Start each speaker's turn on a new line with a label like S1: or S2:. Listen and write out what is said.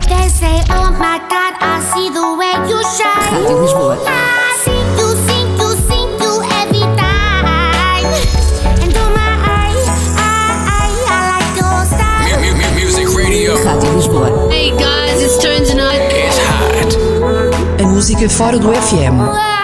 S1: "Oh Sunshine.
S2: Rádio Lisboa.
S1: I sinto, sinto, sinto every time. And oh my, I, I, I like your style.
S3: Mu- mu- mu- Music radio
S2: Rádio Lisboa.
S4: Hey guys, it's Jones and I.
S3: is hot.
S5: A música fora do FM.
S1: I